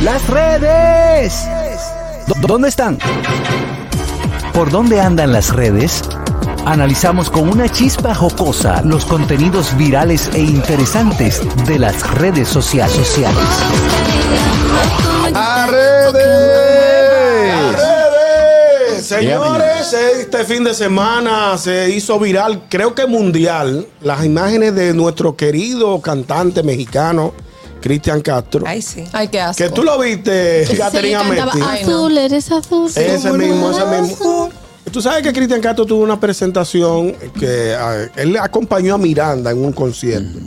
Las redes. ¿Dó- ¿Dónde están? ¿Por dónde andan las redes? Analizamos con una chispa jocosa los contenidos virales e interesantes de las redes socia- sociales. ¡A redes! Señores, este fin de semana se hizo viral, creo que mundial, las imágenes de nuestro querido cantante mexicano, Cristian Castro. Ay, sí. Ay, qué asco. que tú lo viste, Sí, Caterina cantaba, Meti. ay, no. Azul, eres azul. Ese mismo, ese mismo. Tú sabes que Cristian Castro tuvo una presentación que a- él acompañó a Miranda en un concierto.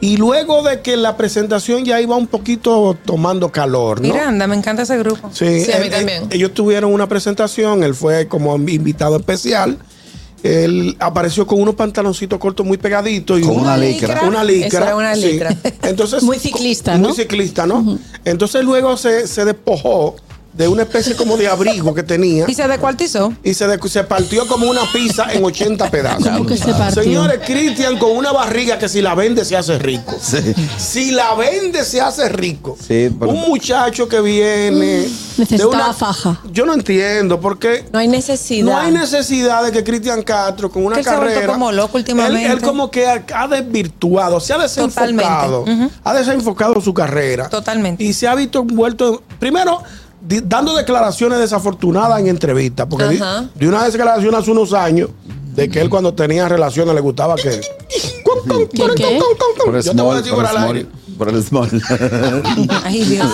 Y luego de que la presentación ya iba un poquito tomando calor, ¿no? Miranda, me encanta ese grupo. Sí, eh, Sí, a mí él- también. él- ellos tuvieron una presentación, él fue como invitado especial. Él apareció con unos pantaloncitos cortos muy pegaditos y Con un- una licra. Una licra. Eso era una sí. licra. Entonces, Muy ciclista, co- ¿no? Muy ciclista, ¿no? Entonces luego se, se despojó de una especie como de abrigo que tenía Y se descuartizó. y se, de- se partió como una pizza en 80 pedazos. ¿Cómo que se partió? Señores, Cristian con una barriga que si la vende se hace rico. Sí. Si la vende se hace rico. Sí, pero- Un muchacho que viene... de Mm. necesitaba una faja. Yo no entiendo porque No hay necesidad. No hay necesidad de que Cristian Castro con una Que él se ha vuelto carrera. como loco últimamente. Él, él como que ha, ha desvirtuado, se ha desenfocado. Totalmente. Ujú. Ha desenfocado su carrera. Totalmente. Y se ha visto envuelto. en- Primero, di- dando declaraciones desafortunadas en entrevistas. Porque di, Ajá. di una declaración hace unos años de que él cuando tenía relaciones le gustaba que. ¿Qué, qué? Por el Yo te voy a small, decir por al el aire. small. Por el small. Ay, Dios.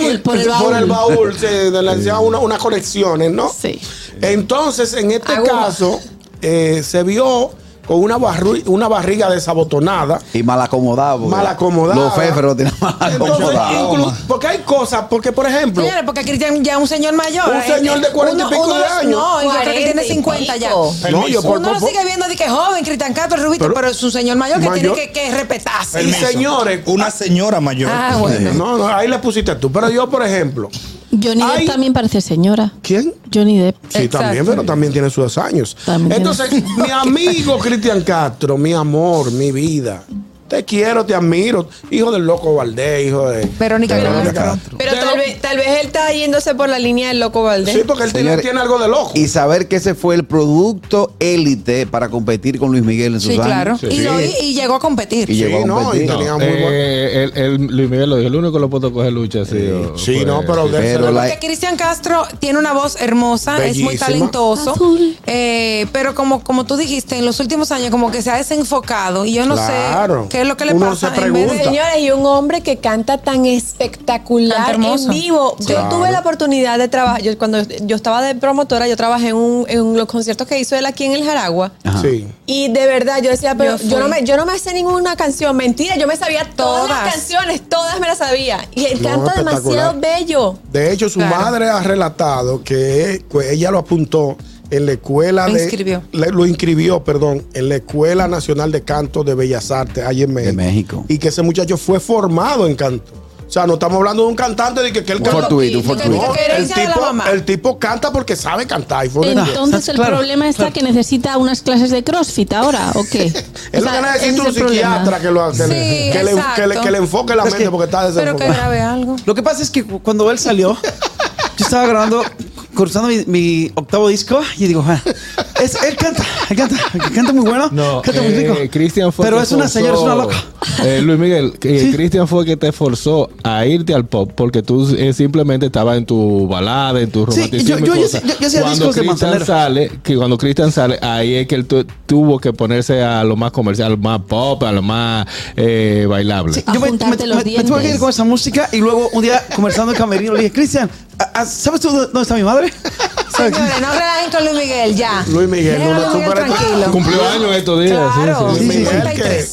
Y hoy, Por oh, el baúl, por el por el baúl. baúl, se lanzaban una- unas conexiones, ¿no? Sí. Entonces, en este Agua. caso, eh, se vio con una, barru- una barriga desabotonada. Y mal acomodado. porque Mal acomodada. Los feferos lo tienen mal Entonces, acomodado. inclu- porque hay cosas, porque por ejemplo, Señores, porque Cristian ya es un señor mayor. Un Eh, señor de cuarenta y uno- pico uno de lo- años. No, yo creo que Cuarenta tiene y 50 ya. pico. Permiso. Uno Por- por- lo sigue viendo de que es joven, Cristian Castro, Rubito, Pero- pero, es un señor mayor que Mayor. tiene que, que respetarse. y señores, Una señora mayor. Ah, bueno. no, no, ahí le pusiste tú. Pero yo, por ejemplo, Johnny Ay. Depp también parece señora. ¿quién? Johnny Depp. Eh, Sí, Exacto. también, pero también tiene sus años. También Entonces, mi amigo Cristian Castro, mi amor, mi vida. Te quiero, te admiro. Hijo del loco Valdés, hijo de. Verónica Verónica Castro. Castro. Pero tal vez, tal vez él está yéndose por la línea del loco Valdés. Sí, porque él tiene, Señores, tiene algo de loco. Y saber que ese fue el producto élite para competir con Luis Miguel en sus Sí, años. claro. Y, lo- y- y llegó a competir. Y Sí, llegó a no, competir. y tenía muy buen. Eh, él, él- Luis Miguel lo dijo, el único que lo pudo coger lucha ha sido. Eh, Sí, fue- no, pero, de pero ese- la- Porque Cristian Castro tiene una voz hermosa, es muy Bellísima. talentoso, Azul. eh, pero como, como tú dijiste, en los últimos años como que se ha desenfocado y yo no Claro. sé qué es lo que le Uno se pasa. en vez de- pregunta. Señores, y un hombre que canta tan Canta espectacular hermoso. en vivo. Yo Claro. tuve la oportunidad de trabajar, yo cuando yo estaba de promotora, yo trabajé en, un- en los conciertos que hizo él aquí en el Jaragua. Sí. Y de verdad, yo decía, pero Yo yo, fui. no me, yo no me sé ninguna canción. Mentira, yo me sabía todas, Todas. las canciones, todas me las sabía. Y él No, canta espectacular. demasiado bello. De hecho, su Claro. madre ha relatado que pues, ella lo apuntó en la escuela Lo de- inscribió. le- lo inscribió, perdón, en la Escuela Nacional de Canto de Bellas Artes, allí en México. México. Y que ese muchacho fue formado en canto. O sea, no estamos hablando de un cantante de que, que él Un canta. fortuito, un No, fortuito. el, Herencia de la tipo, mamá. el tipo canta porque sabe cantar. Y fue de- Entonces el Claro. problema está que necesita unas clases de CrossFit ahora, ¿o qué? es lo O sea, que ese es necesita un el problema. psiquiatra que, lo, que, le, Sí, que, le, que le- que le enfoque la Es mente que- porque está Pero que desenfocado. grabe algo. Lo que pasa es que cu- cuando él salió, yo estaba grabando, cursando mi, mi octavo disco y digo, "Ah, es, él canta, él canta, canta muy bueno, No, canta muy rico. eh, Cristian fue Pero que es una señora, es forzó- una loca. Eh, Luis Miguel, eh, Sí. Cristian fue que te forzó a irte al pop porque tú eh, simplemente estabas en tu balada, en tu Sí, romanticismo. yo- y yo- yo cosas. hacía- yo hacía cuando discos de Cristian Manzanero. sale, que cuando Cristian sale, ahí es que él tu- tuvo que ponerse a lo más comercial, a lo más pop, a lo más eh, bailable. A juntarte los me tuve que ir dientes. con esa música y luego un día conversando en camerino le dije, Cristian, ¿a- a- ¿sabes tú dónde está mi madre? ¿Sabes? Señores, no relajen con Luis Miguel, ya. Luis Miguel, Dejen a no, no, Luis Miguel supera- tranquilo. Cumplió años en estos días. sí, Claro. sí, Luis sí. Miguel, que 83.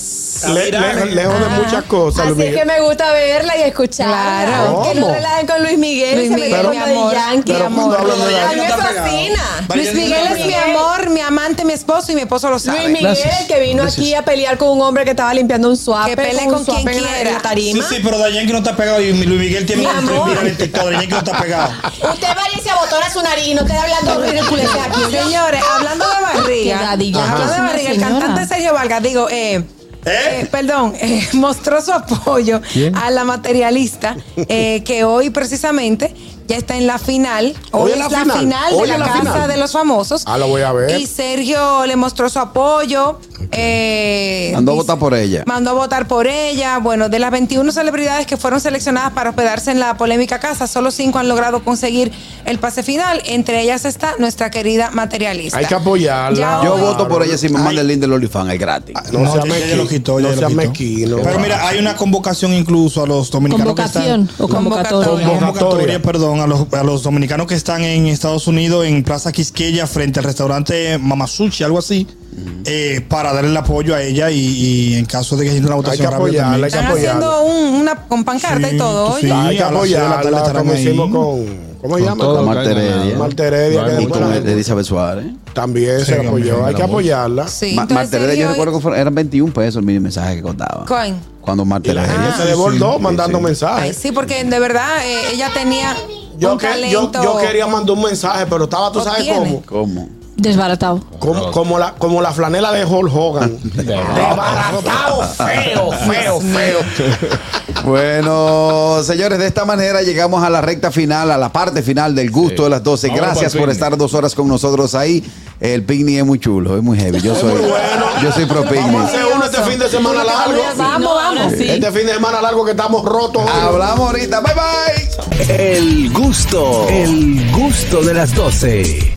le- le- lejos de muchas cosas. Así Luis Miguel. que me gusta verla y escucharla. Claro. Que ¿Cómo? no relajen con Luis Miguel. Luis se me Miguel, queda mi con lo de amor. Yankee, Pero cuando amor. hablan de A mí Yankee me está fascina. Luis Miguel es mi amor, mi amante, mi esposo y mi esposo lo Luis sabe. Miguel, el que vino aquí a pelear con un hombre que estaba limpiando un swap. Que pelee con quien quiera. Sí, tarima. sí, pero Dayanki no está pegado y Luis Miguel tiene Mi un amor. mira en este- TikTok. Dayanki no está pegado. Usted vaya y se abotona su nariz, no esté hablando ridiculez aquí. Señores, hablando de barriga, Qué dadilla, hablando que es de una barriga, el señora. cantante Sergio Vargas, digo, eh, ¿Eh? Eh, perdón, eh, mostró su apoyo ¿Quién? a la materialista eh, que hoy precisamente ya está en la final. Hoy Hoy, es es la la final. final, Hoy de es la, la Casa final. de los Famosos. Ah, la voy a ver. Y Sergio le mostró su apoyo. eh, Mandó a dice- votar por ella. Mandó a votar por ella. Bueno, de las 21 celebridades que fueron seleccionadas para hospedarse en la polémica casa, solo cinco han logrado conseguir el pase final. Entre ellas está nuestra querida materialista. Hay que apoyarla. Ya Yo hoy- voto por ella si me Ay. manda el link del OnlyFans, es gratis. No, No, sea ya- ya mezquino. lo quitó, ya no lo sea quitó. mezquino. Pero mira, hay una convocación incluso a los dominicanos que están. Convocación o convocatoria. Convocatoria. Convocatoria, perdón, a los, a los dominicanos que están en Estados Unidos, en Plaza Quisqueya, frente al restaurante Mamasuchi, algo así, eh, para darle el apoyo a ella y, y en caso de que haya una votación que rápida apoyarla, hay también. que Están haciendo un- una con pancarta Sí, y todo hoy. sí. hay que a las seis de la tarde apoyarla, estarán como ahí. hicimos con. ¿Cómo se llama? todo, Con Marta Caña, Heredia. Marta Heredia, No hay que Y mucho después con la más. el de Elizabeth Suárez. También se Sí, apoyó. hombre, Hay que la voz. apoyarla. Sí, Ma- entonces Marta Heredia, Sergio yo recuerdo hoy- que fueron- eran 21 pesos el mínimo mensaje que contaba. Coin. Cuando Marta Y la Heredia. gente se sí, desbordó sí, mandando sí. Ay, mensajes. sí, porque de verdad eh, ella tenía Yo, un que- yo, talento. yo quería mandar un mensaje, pero estaba, tú ¿O sabes tiene? cómo. ¿Cómo? Desbaratado. Como, como, la, como la flanela de Hulk Hogan. Desbaratado, feo, feo, feo. Bueno, señores, de esta manera llegamos a la recta final, a la parte final del gusto Sí. de las 12. Vamos Gracias pa'l por picnic. estar dos horas con nosotros ahí. El picnic es muy chulo, es muy heavy. Yo soy, muy bueno. yo soy pro Vamos a hacer picnic. uno este fin de semana largo. Vamos, No, ahora vamos. sí. Este fin de semana largo que estamos rotos. Hablamos ahorita. Bye bye. El gusto, el gusto de las 12.